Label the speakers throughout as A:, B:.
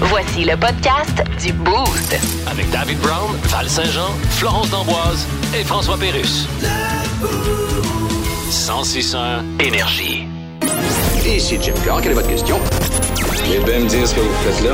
A: Voici le podcast du Boost.
B: Avec David Brown, Val Saint-Jean, Florence D'Amboise et François Pérus. 1061 Énergie.
C: Ici Jim Carr, quelle est votre question?
D: Vous bien me dire ce que vous faites là.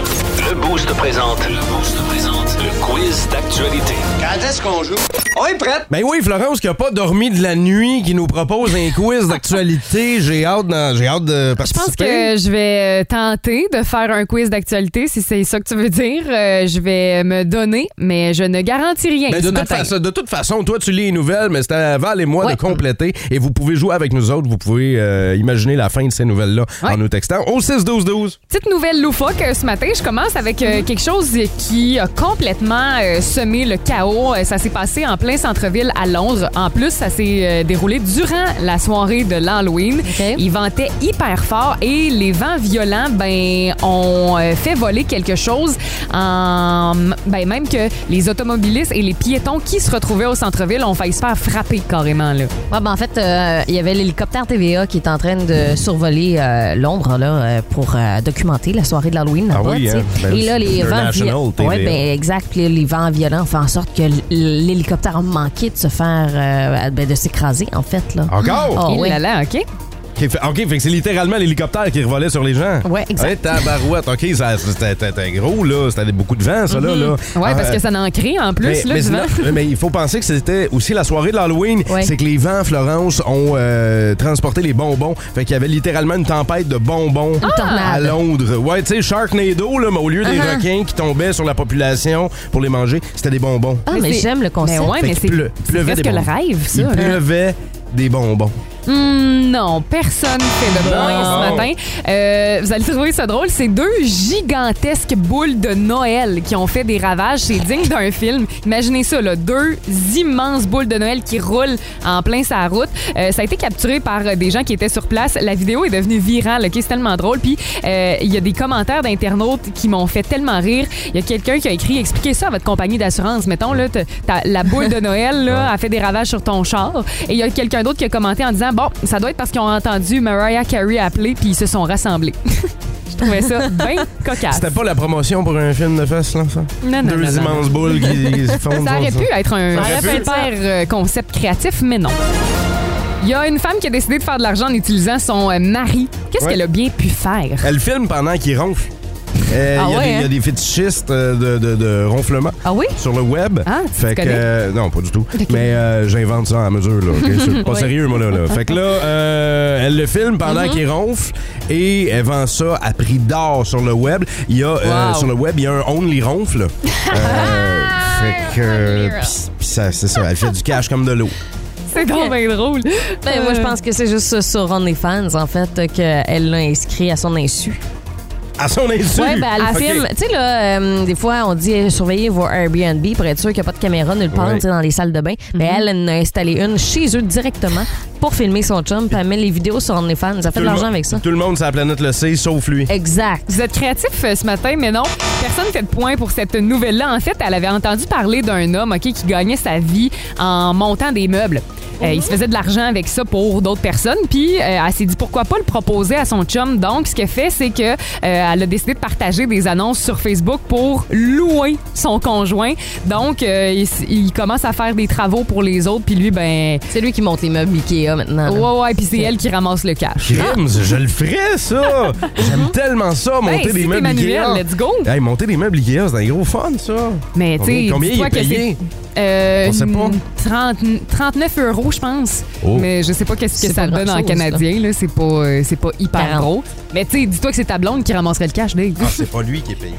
B: Le Boost présente. Le Boost présente. Le quiz d'actualité.
C: Quand est-ce qu'on joue? On est prête!
E: Ben oui, Florence qui a pas dormi de la nuit, qui nous propose un quiz d'actualité. J'ai hâte, d'en- j'ai hâte de
F: Je pense
E: participer.
F: que je vais euh, tenter de faire un quiz d'actualité, si c'est ça que tu veux dire. Euh, je vais me donner, mais je ne garantis rien.
E: Ben,
F: ce
E: de, toute
F: matin.
E: façon, de toute façon, toi, tu lis les nouvelles, mais c'est à Val et moi
F: Ouais.
E: de compléter. Et vous pouvez jouer avec nous autres. Vous pouvez euh, imaginer la fin de ces nouvelles-là
F: Ouais.
E: en nous textant au 6-12-12.
F: Petite nouvelle loufoque euh, ce matin. Je commence avec euh, quelque chose qui a complètement euh, semé le chaos. Euh, Ça s'est passé en plein centre-ville à Londres. En plus, ça s'est euh, déroulé durant la soirée de l'Halloween.
G: OK.
F: Il ventait hyper fort et les vents violents ben ont euh, fait voler quelque chose en ben même que les automobilistes et les piétons qui se retrouvaient au centre-ville ont failli se faire frapper carrément là.
E: Ah
G: Ouais, ben, en fait, euh, il y avait l'hélicoptère TVA qui est en train de survoler euh, Londres là, euh, pour euh, documenter la soirée de l'Halloween.
E: Ah
G: là-bas,
E: oui,
G: tu sais.
E: hein. Ben,
G: Et là, les vents,
E: International
G: vio-
E: TVA.
G: Ouais, ben, exact. Puis les vents violents ont fait en sorte que l- l'hélicoptère a manqué de se faire, euh, ben, de s'écraser, en fait. Là.
E: Encore?
G: Ah
F: Il
G: ouais.
F: Oh là là, OK.
E: OK, fait, ok, fait que c'est littéralement l'hélicoptère qui revolait sur les gens.
G: Ouais, exact.
E: Hey, tabarouette. OK, ça- c'était c'était gros, là. C'était beaucoup de vent, ça, là, là.
F: Mhm. Ouais, parce
E: Ah,
F: que ça en crée en plus
E: mais,
F: là,
E: mais
F: du
E: c'est
F: vent.
E: non- mais il faut penser que c'était aussi la soirée de l'Halloween.
G: Ouais.
E: C'est que les vents, Florence, ont euh, transporté les bonbons. Fait qu'il y avait littéralement une tempête de bonbons à
G: tornade.
E: Londres. Ouais, tu sais, Sharknado, là, mais au lieu des
G: Uh-huh.
E: requins qui tombaient sur la population pour les manger, c'était des bonbons.
G: Ah, mais,
F: Mais c'est-
G: j'aime le
F: Mais
G: concept.
F: ouais,
E: Fait
F: mais
E: qu'il
F: c'est
E: pleu-
F: c'est
E: pleuvait des
F: presque le
E: bonbons.
F: rêve, ça.
E: Il
F: là.
E: pleuvait des bonbons.
F: Hum, non, personne fait le
E: Non.
F: point ce matin. Euh, vous allez trouver ça drôle. C'est deux gigantesques boules de Noël qui ont fait des ravages. C'est digne d'un film. Imaginez ça, là, deux immenses boules de Noël qui roulent en plein sa route. Euh, ça a été capturé par euh, des gens qui étaient sur place. La vidéo est devenue virale, OK? C'est tellement drôle. Puis euh, il y a des commentaires d'internautes qui m'ont fait tellement rire. Il y a quelqu'un qui a écrit Expliquez ça à votre compagnie d'assurance. Mettons, là, t'as- t'as- la boule de Noël là, a fait des ravages sur ton char. Et il y a quelqu'un d'autre qui a commenté en disant Bon, ça doit être parce qu'ils ont entendu Mariah Carey appeler puis ils se sont rassemblés. Je trouvais ça bien cocasse.
E: C'était pas la promotion pour un film de fesses, là, ça?
F: Ah, Non, non,
E: Deux
F: non, non,
E: immenses boules qui, qui se fondent.
F: Ça aurait pu être un
G: aurait pu être ça.
F: super euh, concept créatif, mais non. Il y a une femme qui a décidé de faire de l'argent en utilisant son euh, mari. Qu'est-ce
E: Ouais.
F: qu'elle a bien pu faire?
E: Elle filme pendant qu'il ronfle. Euh,
F: Ah
E: Il y a
F: ouais,
E: des- il y,
F: hein?
E: a des fétichistes euh, de, de, de ronflement.
F: Ah oui?
E: sur le web.
F: Ah, tu
E: fait que
F: te connais?
E: euh, non, pas du tout. Mais euh, j'invente ça à mesure là. ok? C'est pas
F: Ouais.
E: sérieux moi là. là. Fait que là, euh, elle le filme pendant
G: Mm-hmm.
E: qu'il ronfle et elle vend ça à prix d'or sur le web. Il y a euh,
F: Wow.
E: sur le web il y a un only ronfle. Euh, fait que euh, pis- pis ça, c'est ça. Elle fait du cash comme de l'eau.
F: C'est donc bien drôle. Euh,
G: Ben, moi, je pense que c'est juste sur OnlyFans, en fait, euh, qu'elle l'a inscrit à son insu.
E: À son insu.
G: Ouais, ben, elle
E: Ok.
G: filme. Tu sais, là, euh, des fois, on dit euh, surveillez vos Airbnb pour être sûr qu'il n'y a pas de caméra nulle part
E: Ouais. Mhm.
G: tu sais, dans les salles de bain. Ben, elle elle en a installé une chez eux directement pour filmer son chum, puis elle met les vidéos sur OnlyFans. Ça
E: Tout
G: fait de
E: le
G: l'argent
E: monde-
G: avec ça.
E: Tout le monde sur la planète le sait, sauf lui.
G: Exact.
F: Vous êtes créatif euh, ce matin, mais non, personne ne fait de point pour cette nouvelle-là. En fait, elle avait entendu parler d'un homme ok, qui gagnait sa vie en montant des meubles. Euh,
G: Oh.
F: il se faisait de l'argent avec ça pour d'autres personnes. Puis euh, elle s'est dit pourquoi pas le proposer à son chum. Donc, ce qu'elle fait, c'est que euh, elle a décidé de partager des annonces sur Facebook pour louer son conjoint. Donc, euh, il, s- il commence à faire des travaux pour les autres. Puis lui, ben,
G: C'est lui qui monte les meubles Ikea maintenant. là.
F: ouais, ouais. Puis c'est elle qui ramasse le cash.
E: Crims, je le ferais, ça! J'aime tellement ça, monter
F: Hey, si
E: des
F: t'es
E: meubles
F: manuel,
E: Ikea.
F: let's go.
E: Hey, monter des meubles Ikea, c'est un gros fun, ça!
F: Mais tu sais,
E: Combien- combien
F: dis-toi
E: il est
F: que
E: payé?
F: c'est, euh,
E: On sait pas.
F: 30 39 euros, je pense.
E: Oh.
F: Mais je sais pas qu'est-ce que
G: C'est
F: ça
G: pas
F: donne en
G: grand-chose,
F: canadien. Là. C'est, pas, euh, c'est pas hyper
G: 40.
F: gros. Mais tu sais, dis-toi que c'est ta blonde qui ramasserait le cash, Dave.
E: Ah, c'est pas lui qui est payé.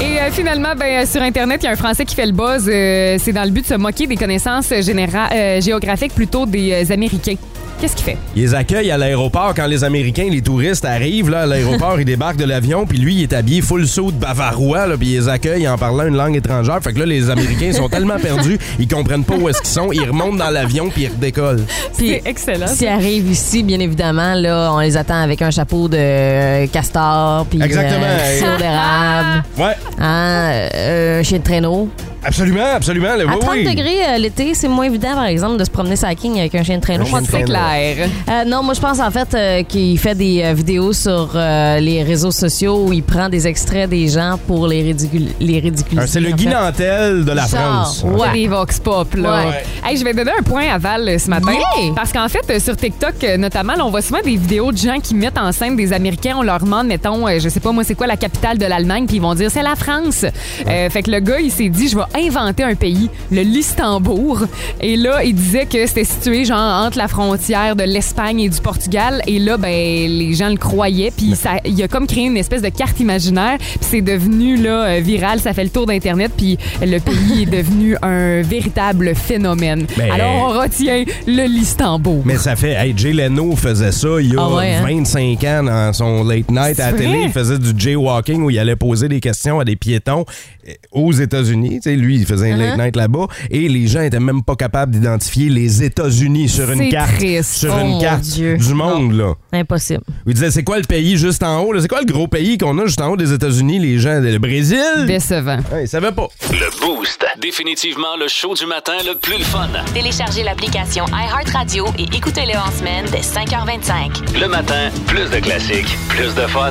F: Et euh, finalement, ben, euh, sur Internet, il y a un Français qui fait le buzz. euh, c'est dans le but de se moquer des connaissances généra- euh, géographiques plutôt des euh, Américains. Qu'est-ce qu'il fait?
E: Ils les accueillent à l'aéroport quand les Américains, les touristes arrivent là, à l'aéroport, ils débarquent de l'avion, puis lui, il est habillé full saut de bavarois, là, puis ils les accueillent en parlant une langue étrangère. Fait que là, les Américains sont tellement perdus, ils comprennent pas où est-ce qu'ils sont, ils remontent dans l'avion, puis ils redécollent.
G: Puis,
F: c'est excellent.
G: S'ils arrivent ici, bien évidemment, là, on les attend avec un chapeau de euh, castor, puis
E: Exactement.
G: euh, sirop d'érable,
E: Ouais,
G: hein, euh, un chien de traîneau.
E: Absolument, absolument. le-
G: À
E: oui,
G: 30
E: oui.
G: degrés euh, l'été, c'est moins évident, par exemple, de se promener sa king avec un chien de traîneau.
E: Un chien de
F: C'est clair.
G: Euh, non, moi je pense en fait euh, qu'il fait des euh, vidéos sur euh, les réseaux sociaux où il prend des extraits des gens pour les, ridicul les ridiculiser.
E: Ah, C'est le
G: en fait.
E: guinantel de la
G: Genre,
E: France.
G: ouais.
F: Ouais. Des vox pop, là.
G: Ah. Ouais.
F: Hey, je vais donner un point à Val euh, ce matin.
G: Yeah!
F: Parce qu'en fait, euh, sur TikTok, euh, notamment, là, on voit souvent des vidéos de gens qui mettent en scène des Américains. On leur demande, mettons, euh, je sais pas moi, c'est quoi la capitale de l'Allemagne, puis ils vont dire c'est la France. Euh, fait que le gars, il s'est dit, je vais inventer un pays, le Listembourg. Et là, il disait que c'était situé, genre, entre la frontière de l'Espagne et du Portugal. Et là, ben, les gens le croyaient, puis ça- il a comme créé une espèce de carte imaginaire, puis c'est devenu, là, euh, viral. Ça fait le tour d'Internet, puis le pays est devenu un véritable phénomène.
E: Ben-
F: Alors, on retient le Listembourg.
E: Mais ça fait. Hey, Jay Leno faisait ça il y a
G: Ah ouais, hein?
E: 25 ans dans son late night à la
F: C'est
E: télé.
F: vrai?
E: Il faisait du jaywalking où il allait poser des questions à des piétons euh, aux États-Unis. Tu sais, lui, il faisait un
G: Uh-huh.
E: late night là-bas et les gens étaient même pas capables d'identifier les États-Unis sur une
F: C'est
E: carte,
F: triste.
E: sur
G: Oh
E: une
G: mon
E: carte
G: Dieu.
E: du monde là.
G: Impossible.
E: Il disait c'est quoi le pays juste en haut là? C'est quoi le gros pays qu'on a juste en haut des États-Unis Les gens, le Brésil.
F: Décevant.
E: Ouais, ils savaient pas.
B: Le Boost. Définitivement le show du matin le plus le fun.
A: Téléchargez l'application iHeartRadio et écoutez-le en semaine dès 5h25.
B: Le matin, plus de classiques, plus de fun.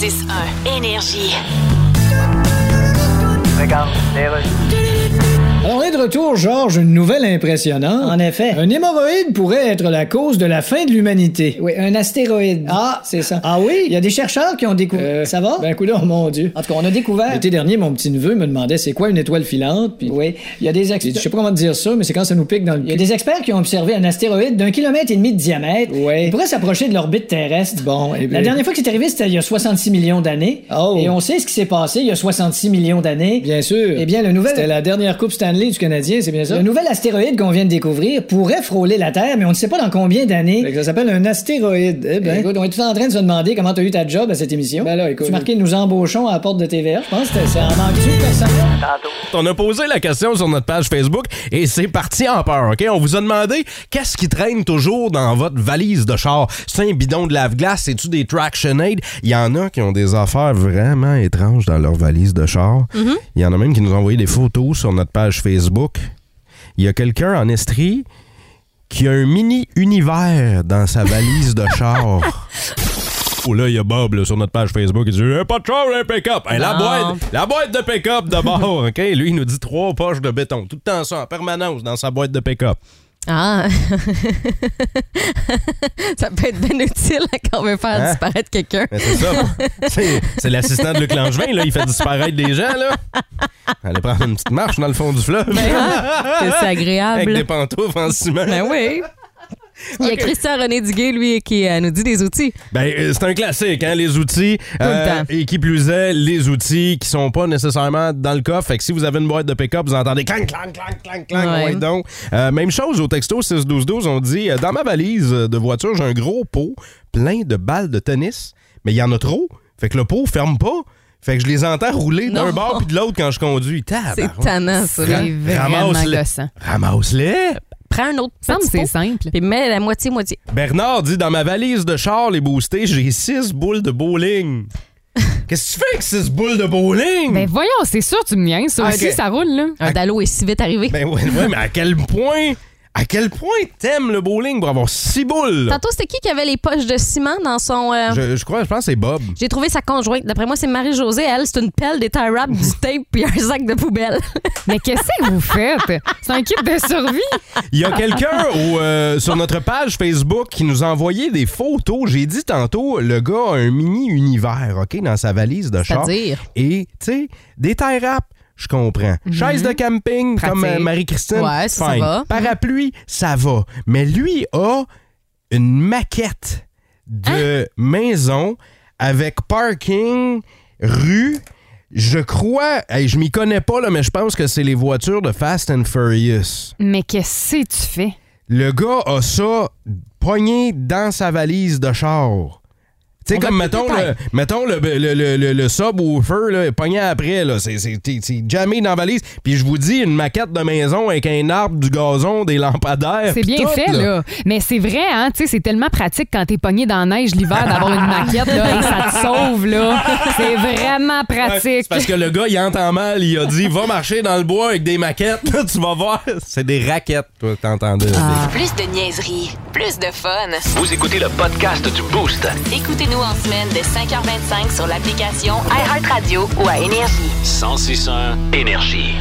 A: 106.1 Énergie.
H: On est de retour, Georges, une nouvelle impressionnante. En effet. Un hémorroïde pourrait être la cause de la fin de l'humanité. Oui, un astéroïde. Ah, c'est ça. Ah oui? Il y a des chercheurs qui ont découvert. ça va? Ben, coudonc, mon Dieu. En tout cas, on a découvert. L'été dernier, mon petit-neveu me demandait c'est quoi une étoile filante. Puis... Oui, il y a des experts. Je sais pas comment te dire ça, mais c'est quand ça nous pique dans le Il y a des experts qui ont observé un astéroïde d'un kilomètre et demi de diamètre. Oui. Il pourrait s'approcher de l'orbite terrestre. Bon, La dernière fois que c'est arrivé, c'était il y a 66 millions d'années. Oh. Et on sait ce qui s'est passé il y a 66 millions d'années. Bien sûr. Eh bien, le nouvel. C'était la dernière Coupe Stanley du Canadien, c'est bien ça. Le nouvel astéroïde qu'on vient de découvrir pourrait frôler la Terre, mais on ne sait pas dans combien d'années. Ça s'appelle un astéroïde. Eh ben. Écoute, on est tous en train de se demander comment t'as eu ta job à cette émission. Ben là, écoute. Tu marquais nous embauchons à la porte de TVA. Je pense que c'était- ça en manque-tu de personnel?
E: On a posé la question sur notre page Facebook et c'est parti en peur, OK? On vous a demandé qu'est-ce qui traîne toujours dans votre valise de char? C'est un bidon de lave-glace? C'est-tu des Tractionaid? Il y en a qui ont des affaires vraiment étranges dans leur valise de char. Il y en a même qui nous ont envoyé des photos sur notre page Facebook. Il y a quelqu'un en Estrie qui a un mini-univers dans sa valise de char. Oh là, il y a Bob là, sur notre page Facebook. Il dit Eh, Pas de char, un pick-up. Eh, la,
G: Non.
E: boîte, la boîte de pick-up d'abord. OK? Lui, il nous dit trois poches de béton. Tout le temps ça, en permanence, dans sa boîte de pick-up.
G: Ah! ça peut être bien utile quand on veut faire
E: Hein?
G: disparaître quelqu'un.
E: Mais c'est ça. c'est c'est l'assistant de Luc Langevin. Là. Il fait disparaître des gens. là. Allez prendre une petite marche dans le fond du fleuve. Ben,
G: Que C'est
E: avec des
G: agréable.
E: pantoufles en ciment.
G: Ben oui. Il y a Christian René Duguay, lui, qui euh, nous dit des outils.
E: Ben, euh, c'est un classique, hein, les outils. euh,
G: le temps.
E: Et qui plus est, les outils qui sont pas nécessairement dans le coffre. Fait que si vous avez une boîte de pick-up, vous entendez clang, clang, clang, clang, clang.
G: Ouais.
E: ouais donc. Euh, même chose au texto 6-12-12, on dit euh, Dans ma valise euh, de voiture, j'ai un gros pot plein de balles de tennis, mais il y en a trop. Fait que le pot ferme pas. Fait que je les entends rouler d'un
G: Non.
E: bord puis de l'autre quand je conduis.
G: C'est tannant, ça. là.
F: C'est vraiment
E: Ramasse-les.
F: gossant.
E: Ramasse-les!
G: Prends un autre
F: Ça me semble que
G: petit
F: c'est
G: pot,
F: simple.
G: puis mets la moitié-moitié.
E: Bernard dit dans ma valise de char les boostés, j'ai six boules de bowling. Qu'est-ce que tu fais avec six boules de bowling?
F: Ben voyons, c'est sûr, tu me niaises. Ça
E: Ah,
F: aussi,
E: ok.
F: ça roule, là.
G: Un dallo est si vite arrivé.
E: Ben ouais, ouais, mais à quel point à quel point t'aimes le bowling pour avoir six boules?
G: Tantôt, c'était qui qui avait les poches de ciment dans son... euh,
E: Je, je crois, je pense que c'est Bob.
G: J'ai trouvé sa conjointe. D'après moi, c'est Marie-Josée. Elle, c'est une pelle, des tie wraps, du tape puis un sac de poubelle.
F: Mais qu'est-ce que vous faites? C'est un kit de survie.
E: Il y a quelqu'un au, euh, sur notre page Facebook qui nous a envoyé des photos. J'ai dit tantôt, le gars a un mini-univers, OK, dans sa valise de char.
G: C'est-à-dire? Mhm.
E: Et, tu sais, des tie wraps, je comprends. Chaise de camping,
F: Pratique.
E: comme euh, Marie-Christine,
G: Ouais, ça, ça
E: fine.
G: va.
E: Parapluie, ça va. Mais lui a une maquette
G: Hein?
E: de maison avec parking, rue. Je crois, hey, je m'y connais pas, là, mais je pense que c'est les voitures de Fast and Furious.
F: Mais qu'est-ce que tu fais?
E: Le gars a ça pogné dans sa valise de char. Tu sais,
F: On va
E: comme
F: être
E: mettons,
F: détail.
E: le, mettons le, le, le, le, le subwoofer, là, pogné après, là, c'est, c'est, c'est- c'est jammé dans la valise. Puis je vous dis, une maquette de maison avec un arbre, du gazon, des lampadaires.
F: C'est
E: puis
F: bien
E: Euh, tout,
F: fait, là. Mais c'est vrai, hein, tu sais, c'est tellement pratique quand t'es pogné dans la neige l'hiver d'avoir une maquette, là, et ça te sauve, là. C'est vraiment
E: Ouais,
F: pratique.
E: c'est parce que le gars, il entend mal. Il a dit, va marcher dans le bois avec des maquettes. tu vas voir. Ah. C'est des raquettes, toi, que t'entendais.
A: Plus de niaiserie, plus de fun.
B: Vous écoutez le podcast du Boost.
A: Écoutez-nous en semaine de 5h25 sur l'application iHeartRadio ou à Énergie.
B: 1061 Énergie.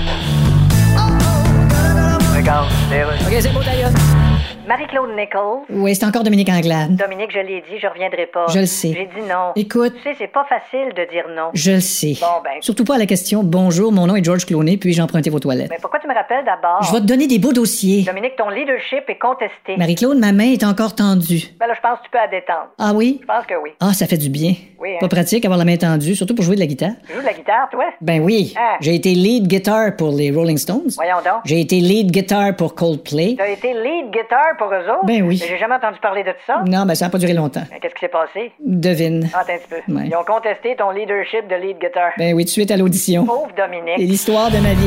I: Marie-Claude Nichols.
J: Oui, c'est encore Dominique Anglade.
I: Dominique, je l'ai dit, je reviendrai pas.
J: Je le sais.
I: J'ai dit non.
J: Écoute,
I: Tu sais, c'est pas facile de dire non.
J: je le sais.
I: Bon, ben.
J: Surtout pas à la question Bonjour, mon nom est George Clooney, puis j'ai emprunté vos toilettes.
I: Mais pourquoi tu me rappelles d'abord?
J: Je vais te donner des beaux dossiers.
I: Dominique, ton leadership est contesté.
J: Marie-Claude, ma main est encore tendue.
I: Ben là, je pense que tu peux la détendre.
J: Ah oui?
I: Je pense que oui.
J: Ah, ça fait du bien.
I: Oui, hein.
J: Pas pratique avoir la main tendue, surtout pour jouer de la guitare.
I: Tu joues de la guitare, toi?
J: Ben oui.
I: Ah.
J: J'ai été lead guitar pour les Rolling Stones.
I: Voyons donc.
J: J'ai été lead guitar pour Coldplay.
I: T'as été lead guitar pour eux autres?
J: Ben oui.
I: Mais J'ai jamais entendu parler de ça.
J: Non, ben ça n'a pas duré longtemps.
I: Ben, Qu'est-ce qui s'est passé? Ah,
J: Devine.
I: Attends un petit peu.
J: Ouais.
I: Ils ont contesté ton leadership de lead guitar.
J: Ben oui, tout de suite à l'audition.
I: Pauvre
J: C'est
I: Dominique.
J: l'histoire de ma vie.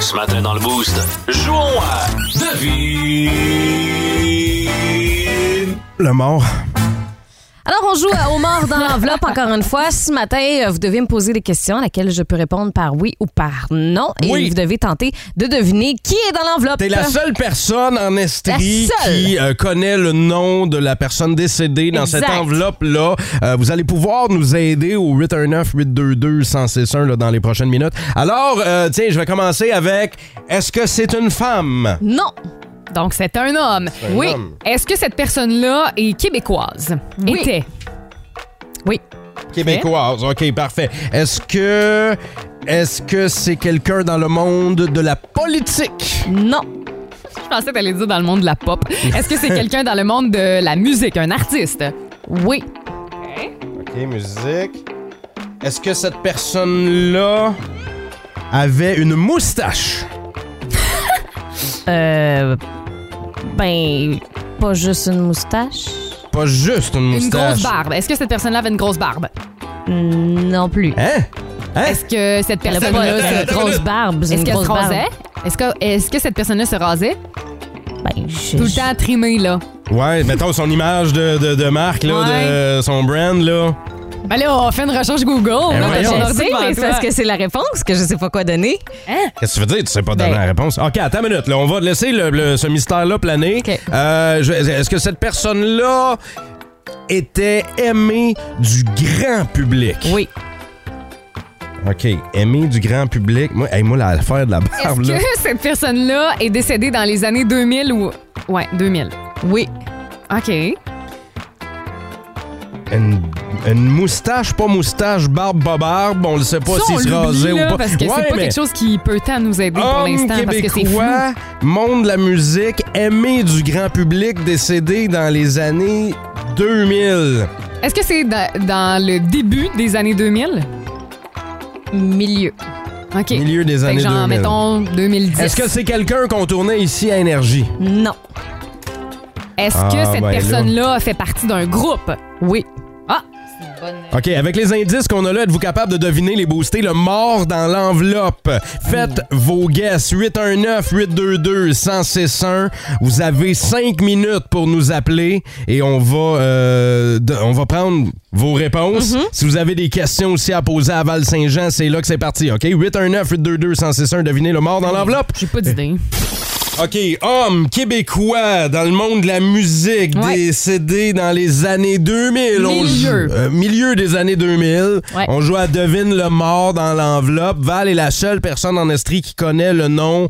B: Ce matin dans le Boost, jouons à Devine.
E: Le mort.
G: Alors, on joue à- au mort dans l'enveloppe encore une fois. Ce matin, euh, vous devez me poser des questions à laquelle je peux répondre par oui ou par non. Et
E: Oui.
G: vous devez tenter de deviner qui est dans l'enveloppe.
E: T'es la seule personne en Estrie
G: La seule.
E: qui euh, connaît le nom de la personne décédée dans
G: Exact.
E: cette enveloppe-là. Euh, vous allez pouvoir nous aider au 819-822-1061 là, dans les prochaines minutes. Alors, euh, tiens, je vais commencer avec est-ce que c'est une femme?
G: Non.
F: Donc, c'est un homme.
E: un
F: oui.
E: homme.
F: Est-ce que cette personne-là est québécoise?
G: Oui.
F: Était.
G: Oui.
E: Québécoise. OK, parfait. Est-ce que. Est-ce que c'est quelqu'un dans le monde de la politique?
G: Non.
F: Je pensais que t'allais dire dans le monde de la pop. Est-ce que c'est quelqu'un dans le monde de la musique, un artiste?
G: Oui.
E: OK, musique. Est-ce que cette personne-là avait une moustache?
G: Euh, ben, pas juste une moustache.
E: Pas juste une
F: Une
E: moustache.
F: grosse barbe. Est-ce que cette personne-là avait une grosse barbe?
G: Non plus.
E: Hein? Hein?
F: Est-ce que cette
G: Elle a
F: personne-là
G: pas
F: se-
G: une grosse barbe. c'est
F: Est-ce
G: une
F: qu'elle
G: grosse
F: se
G: barbe.
F: rasait? Est-ce que, est-ce que cette personne-là se rasait?
G: Ben, je-
F: Tout le
G: je-
F: temps trimée, là.
E: Ouais, mettons son image de, de, de marque, là,
F: Ouais.
E: de son brand, là.
F: Ben là, on fait une recherche Google.
K: Eh
E: Ben
F: là, t'as
E: voyons.
F: ton
G: Je
F: ordi
G: sais,
F: devant
G: mais c'est
F: toi.
G: parce que c'est la réponse que je sais pas quoi donner.
E: Qu'est-ce que tu veux dire? Tu sais pas donner
G: Ben.
E: la réponse. OK, attends une minute. Là, on va laisser le, le- ce mystère-là planer.
G: OK.
E: Euh, je- Est-ce que cette personne-là était aimée du grand public?
G: Oui.
E: OK, aimée du grand public. Moi, hey, moi l'affaire de la barbe,
F: Est-ce
E: là.
F: que cette personne-là est décédée dans les années 2000 ou... Ouais, 2000.
G: Oui.
F: OK.
E: Une, une moustache, pas moustache, barbe, pas barbe. On le sait pas
F: Ça, on
E: s'il se
F: l'oublie,
E: rasait ou
F: là,
E: pas.
F: Parce que
E: Ouais,
F: c'est pas
E: mais-
F: quelque chose qui peut tant nous aider pour
E: Homme
F: l'instant parce que c'est flou.
E: québécois, monde de la musique, aimé du grand public, décédé dans les années 2000.
F: Est-ce que c'est da- dans le début des années 2000?
G: Milieu.
F: OK.
E: Milieu des
F: Fait que
E: années
F: genre,
E: 2000.
F: mettons 2010.
E: Est-ce que c'est quelqu'un qu'on tournait ici à Énergie?
G: Non.
K: Euh.
F: Est-ce
E: Ah,
F: que cette
E: ben là.
F: personne-là fait partie d'un groupe?
G: Oui.
F: Ah!
E: OK, avec les indices qu'on a là, êtes-vous capable de deviner les booster le mort dans l'enveloppe? Faites vos guesses. 819-822-1061. Vous avez 5 minutes pour nous appeler et on va, euh, de- on va prendre vos réponses. Si vous avez des questions aussi à poser à Val-Saint-Jean, c'est là que c'est parti, OK? 819-822-1061. Devinez le mort dans l'enveloppe.
F: J'ai pas d'idée.
E: OK, homme québécois dans le monde de la musique,
F: Ouais.
E: décédé dans les années 2000. On joue-
F: Milieu.
E: euh, milieu des années 2000.
F: Ouais.
E: On joue à Devine le mort dans l'enveloppe. Val est la seule personne en Estrie qui connaît le nom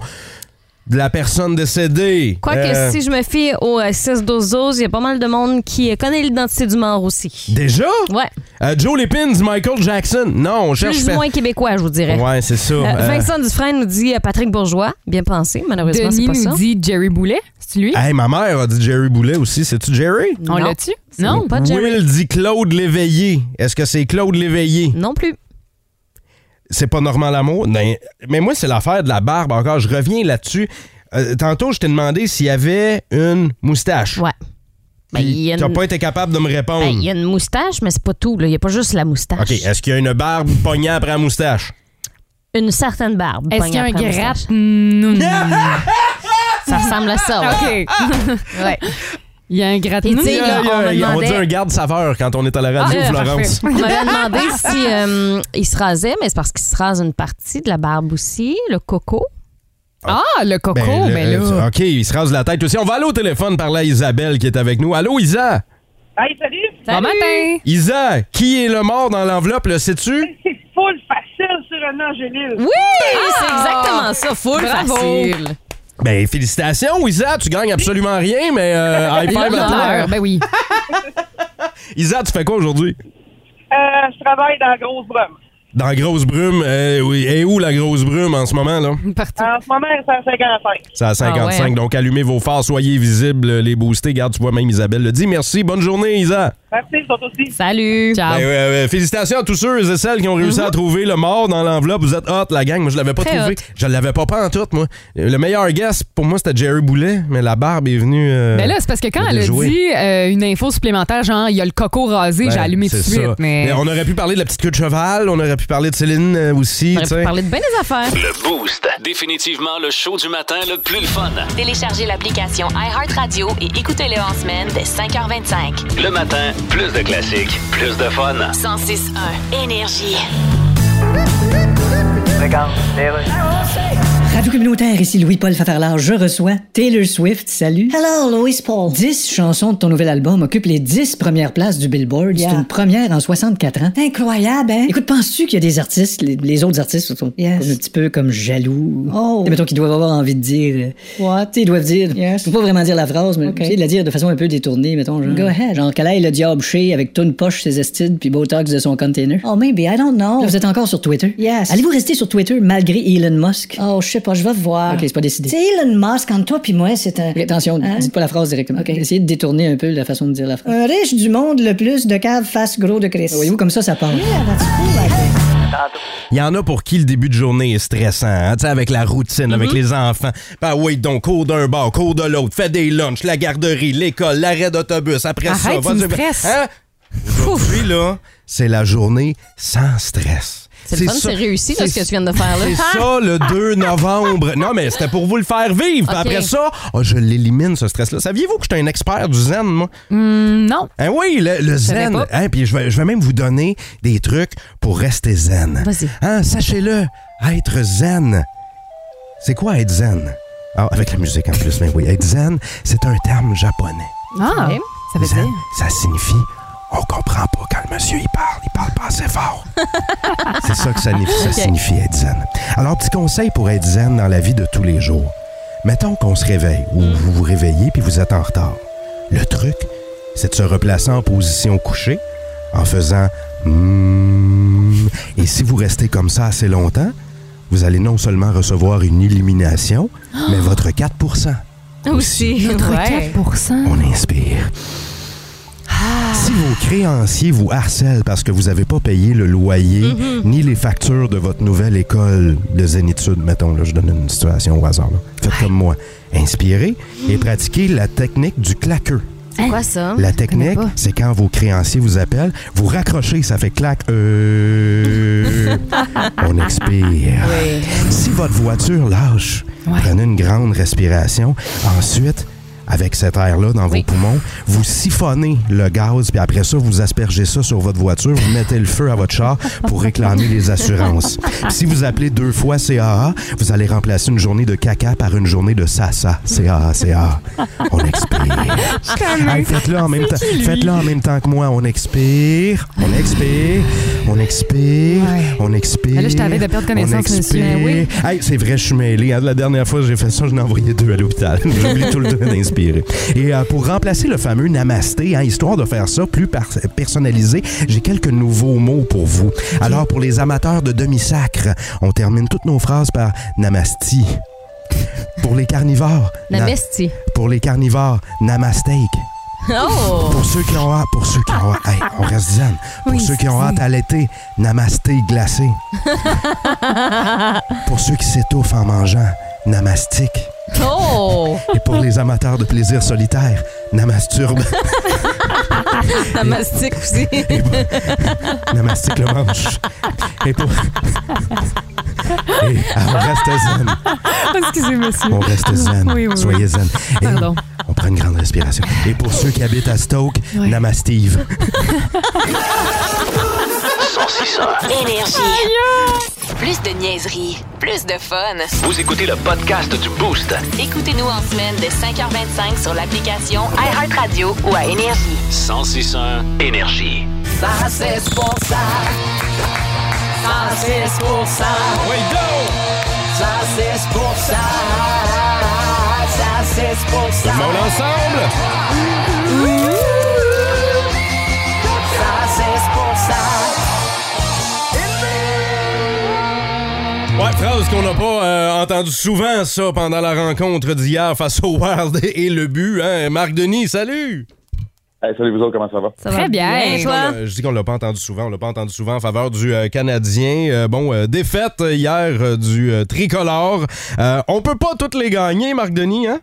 E: de la personne décédée.
G: Quoique,
E: Euh,
G: si je me fie au euh, 6 12 il y a pas mal de monde qui euh, connaît l'identité du mort aussi.
E: Déjà?
G: Ouais.
E: Euh, Joe Lépine, du Michael Jackson. Non, on cherche...
G: Plus
E: per-
G: ou moins québécois, je vous dirais.
E: Ouais, c'est ça.
G: Euh,
E: Euh,
G: Vincent Dufresne nous dit euh, Patrick Bourgeois. Bien pensé, malheureusement, c'est
F: Denis
G: pas
F: nous
G: ça.
F: dit Jerry Boulet. C'est lui?
E: hey, ma mère a dit Jerry Boulet aussi. C'est-tu Jerry?
F: On
G: Non.
F: l'a-tu?
G: C'est
F: Non?
G: Pas Jerry.
E: Will dit Claude Léveillé. Est-ce que c'est Claude Léveillé?
G: Non plus.
E: c'est pas normal l'amour. Mais, mais moi, c'est l'affaire de la barbe encore. Je reviens là-dessus. Euh, tantôt, je t'ai demandé s'il y avait une moustache.
G: Ouais. Ben, il y
K: Puis
G: a
K: t'as
G: une-
K: pas été capable de me répondre.
G: Ben, Il y a une moustache, mais c'est pas tout. là. Il n'y a pas juste la moustache.
K: OK, est-ce qu'il y a une barbe pognant après la moustache?
G: Une certaine barbe.
F: Est-ce
G: pognée
F: qu'il y a un
G: après la
F: gratte?
G: moustache.
F: Mm,
G: Ça ressemble à ça. ouais.
F: OK.
E: Ah!
G: Ouais.
F: Il y a un gratte
G: Puis, tu sais, là,
K: Aïe, aïe,
G: on me
K: on dit
G: demandait-
K: un garde-saveur quand on est à la radio,
F: Ah, euh,
K: Florence.
G: On m'avait demandé si euh, il se rasait, mais c'est parce qu'il se rase une partie de la barbe aussi, le coco.
F: Ah, le coco,
K: Ben,
F: ben,
K: là,
F: là.
K: euh, OK, il se rase la tête aussi. On va aller au téléphone parler à Isabelle qui est avec nous. Allô, Isa?
E: Hey, salut!
F: Bon matin!
K: Isa, qui est le mort dans l'enveloppe, le sais-tu?
E: C'est full facile sur un Angélil.
G: Oui, c'est exactement ça, full
F: Bravo.
G: facile.
K: Ben, félicitations, Isa. Tu gagnes absolument rien, mais euh, high
F: Il y
K: five
F: a
K: à toi.
F: l'honneur, ben oui.
K: Isa, tu fais quoi aujourd'hui?
E: Euh, je travaille dans la grosse brume.
K: Dans la Grosse Brume. eh oui. Et où la Grosse Brume en ce moment, là?
F: Partout.
E: En ce moment, elle est à 155.
K: C'est à 55.
F: hein.
G: Ah ouais.
K: Donc, allumez vos phares, soyez visibles, les boostés. Garde, tu vois, même Isabelle le dit. Merci. Bonne journée, Isa.
E: Merci, toi aussi.
G: Salut.
F: Ciao.
K: Ben, euh, euh, félicitations à tous ceux et celles qui ont
F: Mhm.
K: réussi à trouver le mort dans l'enveloppe. Vous êtes hot, la gang. Moi, je l'avais pas
G: Très
K: trouvé.
G: hot.
K: Je l'avais pas pas en tout, moi. Euh, Le meilleur guess, pour moi, c'était Jerry Boulet, mais la barbe est venue. euh,
F: Ben là, c'est parce que quand
K: bien
F: elle a
K: joué.
F: dit euh, une info supplémentaire, genre, il y a le coco rasé,
K: ben,
F: j'ai allumé tout de
K: c'est
F: suite.
K: ça.
F: Mais...
K: on aurait pu parler de la petite queue de cheval, on aurait pu parler de Céline euh, aussi.
G: On aurait
K: tu sais.
G: pu parler de bien des affaires.
B: Le Boost. Définitivement le show du matin le plus le fun.
A: Téléchargez l'application iHeartRadio et écoutez-le en semaine dès 5h25.
B: Le matin, plus de classiques, plus de fun.
A: 106.1 Énergie.
J: Radio communautaire, ici Louis-Paul Fafarlard. Je reçois Taylor Swift. Salut. Hello, Louis Paul. 10 chansons de ton nouvel album occupent les 10 premières places du Billboard. C'est une première en 64 ans. Incroyable, hein? Écoute, penses-tu qu'il y a des artistes, les, les autres artistes sont comme un petit peu comme jaloux? Oh. Mettons qu'ils doivent avoir envie de dire. What? Ils doivent dire. Yes. Faut pas vraiment dire la phrase, mais essayer de la dire de façon un peu détournée, mettons. Genre, Go ahead. Genre, qu'elle aille le diable chez avec toute une poche, ses estides, puis Botox de son container. Oh, maybe, I don't know. vous êtes encore sur Twitter? Yes. Allez-vous rester sur Twitter malgré Elon Musk? Oh, je sais pas, je vais voir. OK, c'est pas décidé. C'est Elon Musk, entre toi puis moi, c'est un. attention, dites pas la phrase directement. Essayez de détourner un peu la façon de dire la phrase. Un riche du monde le plus de cave face gros de Chris. Voyez-vous, comme ça, ça parle.
K: Il y en a pour qui le début de journée est stressant, hein, tu sais, avec la routine, avec
G: Mhm.
K: les enfants. Ben oui, donc, cours d'un bar, cours de l'autre, fais des lunchs, la garderie, l'école, l'arrêt d'autobus, après ça,
F: Arrête, tu me stresses.
K: Hein? Aujourd'hui, là, c'est la journée sans stress.
G: C'est le fun, c'est réussi, là, ce que tu viens de faire, là. Hein?
K: C'est ça le 2 novembre. Non, mais c'était pour vous le faire vivre. Puis
G: Ok.
K: Après ça, oh, je l'élimine, ce stress-là. Saviez-vous que j'étais un expert du zen, moi?
F: Non.
K: Hein, oui, le, le
F: savais
K: zen.
F: pas.
K: Hein, puis je vais, je vais même vous donner des trucs pour rester zen.
G: Vas-y.
K: Hein, Sachez-le, être zen. C'est quoi être zen? Ah, avec la musique en plus, mais oui. Être zen, c'est un terme japonais.
F: Ah,
G: Ok.
F: ça veut
K: Zen,
F: dire.
K: ça signifie on comprend pas quand le monsieur il parle, il parle pas assez fort. c'est ça que ça, signifie- ça
G: Ok.
K: signifie être zen. Alors, petit conseil pour être zen dans la vie de tous les jours. Mettons qu'on se réveille ou vous vous réveillez puis vous êtes en retard. Le truc, c'est de se replacer en position couchée en faisant Hmm. et si vous restez comme ça assez longtemps, vous allez non seulement recevoir une illumination, mais votre 4
G: Aussi. Ouais.
F: 4%.
K: on inspire. Si vos créanciers vous harcèlent parce que vous n'avez pas payé le loyer ni les factures de votre nouvelle école de zénitude, mettons, là, je donne une situation au hasard. là. Faites comme moi. Inspirez et pratiquez la technique du claqueux.
G: C'est quoi ça?
K: La technique, c'est quand vos créanciers vous appellent, vous raccrochez, ça fait clac. Euh, on expire. Si votre voiture lâche, prenez une grande respiration. Ensuite, avec cet air-là dans vos poumons, vous siphonnez le gaz, puis après ça, vous aspergez ça sur votre voiture, vous mettez le feu à votre char pour réclamer les assurances. Puis si vous appelez deux fois CAA, vous allez remplacer une journée de caca par une journée de sasa. CAA, CAA. On expire. Hey, faites-le en même temps. Faites-le en même temps que moi. On expire, on expire, on expire, on expire.
F: Mais Ben là, je t'avais de perdre connaissance,
K: on expire.
F: monsieur. Mais oui.
K: Hey, c'est vrai, je suis mêlé. hein. La dernière fois que j'ai fait ça, j'en ai envoyé deux à l'hôpital. J'oublie tout le temps d'inspirer. Et euh, pour remplacer le fameux namasté, hein, histoire de faire ça plus par- personnalisé, j'ai quelques nouveaux mots pour vous. Alors, pour les amateurs de demi-sacre, on termine toutes nos phrases par namasti. Pour les carnivores,
G: La
K: na-
G: bestie.
K: pour les carnivores, namasteak.
G: Oh!
K: Pour ceux qui ont hâte, pour ceux qui ont hâte, hey, on reste zen. Pour
G: Oui,
K: ceux qui ont hâte à l'été, namasté glacé. pour ceux qui s'étouffent en mangeant, namastique.
G: Oh!
E: Et pour les amateurs de plaisir solitaire, Namasturbe,
G: La mastique aussi.
E: Namastique le manche. Et pour... Et on reste zen,
F: Excusez, monsieur.
E: on reste zen,
F: Oui, oui.
E: soyez zen. Et
F: Pardon.
E: on prend une grande respiration. Et pour ceux qui habitent à Stoke, Namastive.
A: Énergie. Plus de niaiserie, plus de fun.
B: Vous écoutez le podcast du Boost.
A: Écoutez-nous en semaine de 5h25 sur l'application iHeartRadio ou à Énergie.
B: 1061 Énergie.
A: Ça, c'est pour ça. Ça, c'est pour ça.
B: Oui, go!
A: Ça, c'est pour ça. Ça, c'est pour ça.
E: Tout le monde ensemble!
A: Ça, c'est pour ça.
E: Ouais, phrase qu'on n'a pas euh, entendue souvent, ça, pendant la rencontre d'hier face au World et le but. Hein? Marc Denis, salut!
L: Hey, salut vous autres, comment ça va?
G: Ça va bien, toi?
E: Euh, je dis qu'on l'a pas entendu souvent. On l'a pas entendu souvent en faveur du euh, Canadien. Euh, bon, euh, défaite hier euh, du euh, tricolore. Euh, on peut pas toutes les gagner, Marc Denis, hein?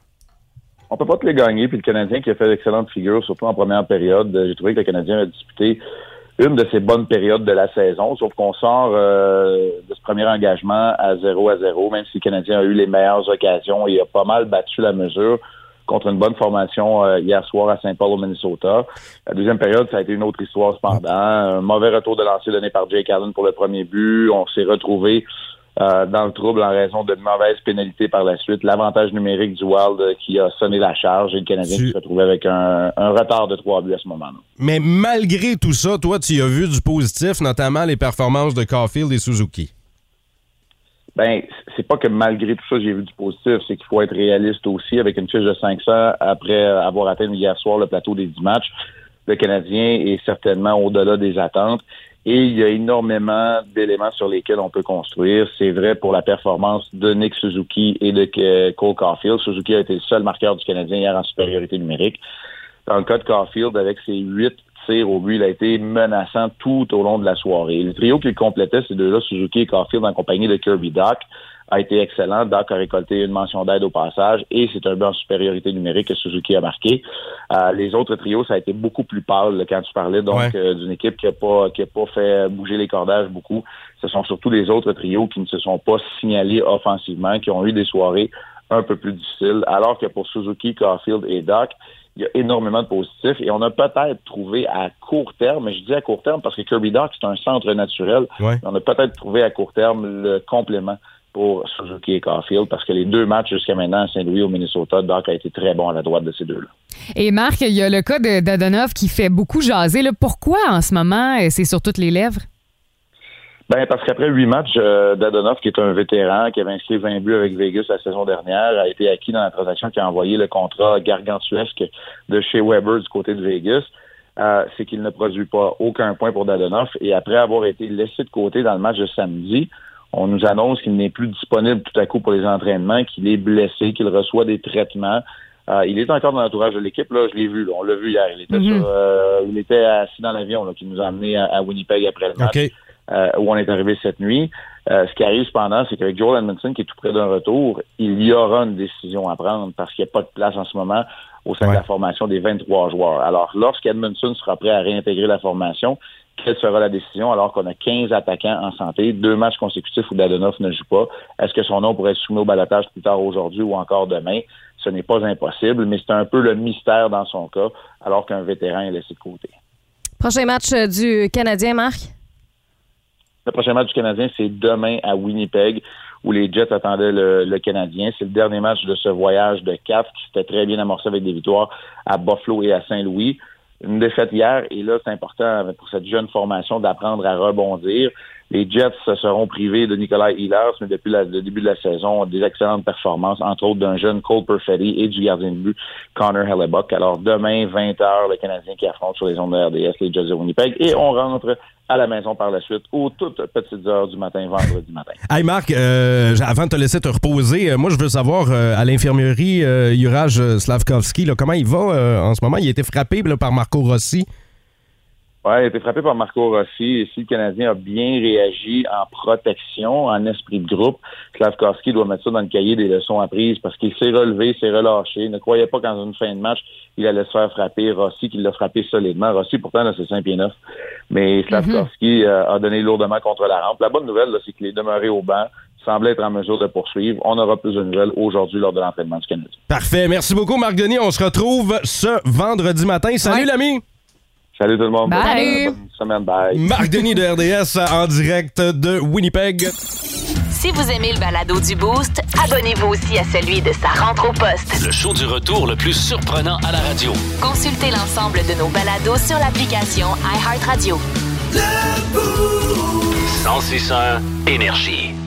L: On peut pas te les gagner, puis le Canadien qui a fait d'excellentes figures, surtout en première période. Euh, J'ai trouvé que le Canadien a disputé une de ses bonnes périodes de la saison, sauf qu'on sort euh, de ce premier engagement à 0 à 0, même si le Canadien a eu les meilleures occasions et a pas mal battu la mesure contre une bonne formation euh, hier soir à Saint Paul au Minnesota. La deuxième période, ça a été une autre histoire cependant. Un mauvais retour de lancer donné par Jake Allen pour le premier but. On s'est retrouvé euh, dans le trouble en raison de mauvaises pénalités par la suite. L'avantage numérique du Wild euh, qui a sonné la charge et le Canadien
E: Tu-
L: qui se retrouvait avec un, un retard de trois buts à ce moment-là.
E: Mais malgré tout ça, toi, tu y as vu du positif, notamment les performances de Caulfield et Suzuki.
L: Ben, c- c'est pas que malgré tout ça, j'ai vu du positif, c'est qu'il faut être réaliste aussi avec une fiche de 500 après avoir atteint hier soir le plateau des 10 matchs. Le Canadien est certainement au-delà des attentes et il y a énormément d'éléments sur lesquels on peut construire. C'est vrai pour la performance de Nick Suzuki et de euh, Cole Caulfield. Suzuki a été le seul marqueur du Canadien hier en supériorité numérique. Dans le cas de Caulfield, avec ses huit tirs au but, il a été menaçant tout au long de la soirée. Le trio qu'il complétait, ces deux-là, Suzuki et Caulfield, en compagnie de Kirby Doc, a été excellent. Doc a récolté une mention d'aide au passage et c'est un but en supériorité numérique que Suzuki a marqué. Euh, les autres trios, ça a été beaucoup plus pâle là, quand tu parlais donc
E: Ouais.
L: euh, d'une équipe qui n'a pas, qui a pas fait bouger les cordages beaucoup. Ce sont surtout les autres trios qui ne se sont pas signalés offensivement, qui ont eu des soirées un peu plus difficiles, alors que pour Suzuki, Caulfield et Doc, il y a énormément de positifs et on a peut-être trouvé à court terme, mais je dis à court terme parce que Kirby Doc, c'est un centre naturel,
E: Ouais.
L: on a peut-être trouvé à court terme le complément pour Suzuki et Caulfield parce que les deux matchs jusqu'à maintenant à Saint-Louis au Minnesota, Doc a été très bon à la droite de ces deux-là.
F: Et Marc, il y a le cas de d'Adonov qui fait beaucoup jaser. Là. Pourquoi en ce moment euh, c'est sur toutes les lèvres?
L: Ben parce qu'après huit matchs, euh, Dadonov, qui est un vétéran, qui avait inscrit 20 buts avec Vegas la saison dernière, a été acquis dans la transaction qui a envoyé le contrat gargantuesque de chez Weber du côté de Vegas. Euh, c'est qu'il ne produit pas aucun point pour Dadonov. Et après avoir été laissé de côté dans le match de samedi, on nous annonce qu'il n'est plus disponible tout à coup pour les entraînements, qu'il est blessé, qu'il reçoit des traitements. Euh, il est encore dans l'entourage de l'équipe, là, je l'ai vu, là, on l'a vu hier. Il était,
F: Mhm.
L: sur, euh, il était assis dans l'avion là, qui nous a amené à, à Winnipeg après le match
E: Ah,
L: euh, où on est arrivé cette nuit. Euh, ce qui arrive cependant, c'est qu'avec Joel Edmondson, qui est tout près d'un retour, il y aura une décision à prendre parce qu'il n'y a pas de place en ce moment au sein de la formation des 23 joueurs. Alors, lorsqu'Edmondson sera prêt à réintégrer la formation, quelle sera la décision alors qu'on a 15 attaquants en santé, deux matchs consécutifs où Dadonov ne joue pas? Est-ce que son nom pourrait être soumis au balotage plus tard aujourd'hui ou encore demain? Ce n'est pas impossible, mais c'est un peu le mystère dans son cas, alors qu'un vétéran est laissé de côté.
G: Prochain match euh, du Canadien, Marc?
L: Le prochain match du Canadien, c'est demain à Winnipeg, où les Jets attendaient le, le Canadien. C'est le dernier match de ce voyage de quatre qui s'était très bien amorcé avec des victoires à Buffalo et à Saint-Louis. Une défaite hier, et là, c'est important pour cette jeune formation d'apprendre à rebondir. Les Jets se seront privés de Nicolas Hillers, mais depuis la- le début de la saison, des excellentes performances, entre autres d'un jeune Cole Perfetti et du gardien de but Connor Hellebuck. Alors, demain, 20h, le Canadien qui affronte sur les ondes de RDS les Jets de Winnipeg. Et on rentre à la maison par la suite aux toutes petites heures du matin, vendredi matin.
E: Hey Marc, euh, j- avant de te laisser te reposer, euh, moi je veux savoir euh, à l'infirmerie, euh, Juraj euh, Slavkovski, là, comment il va euh, en ce moment? Il a été frappé là, par Marco Rossi.
L: Oui, il a été frappé par Marco Rossi. Et si le Canadien a bien réagi en protection, en esprit de groupe, Slavkovski doit mettre ça dans le cahier des leçons apprises parce qu'il s'est relevé, s'est relâché. Ne croyait pas qu'en une fin de match, il allait se faire frapper. Rossi, qui l'a frappé solidement. Rossi, pourtant, là, c'est 5 pieds 9. Mais Slavkovski euh, a donné lourdement contre la rampe. La bonne nouvelle, là, c'est qu'il est demeuré au banc, semble être en mesure de poursuivre. On aura plus de nouvelles aujourd'hui lors de l'entraînement du Canadien.
E: Parfait. Merci beaucoup, Marc Denis. On se retrouve ce vendredi matin. Salut, l'ami!
L: Salut tout le monde.
E: Bye.
L: Bonne semaine. Bye.
E: Marc Denis de RDS en direct de Winnipeg.
A: Si vous aimez le balado du Boost, abonnez-vous aussi à celui de sa rentre au poste.
B: Le show du retour le plus surprenant à la radio.
A: Consultez l'ensemble de nos balados sur l'application iHeartRadio.
B: 106 énergie.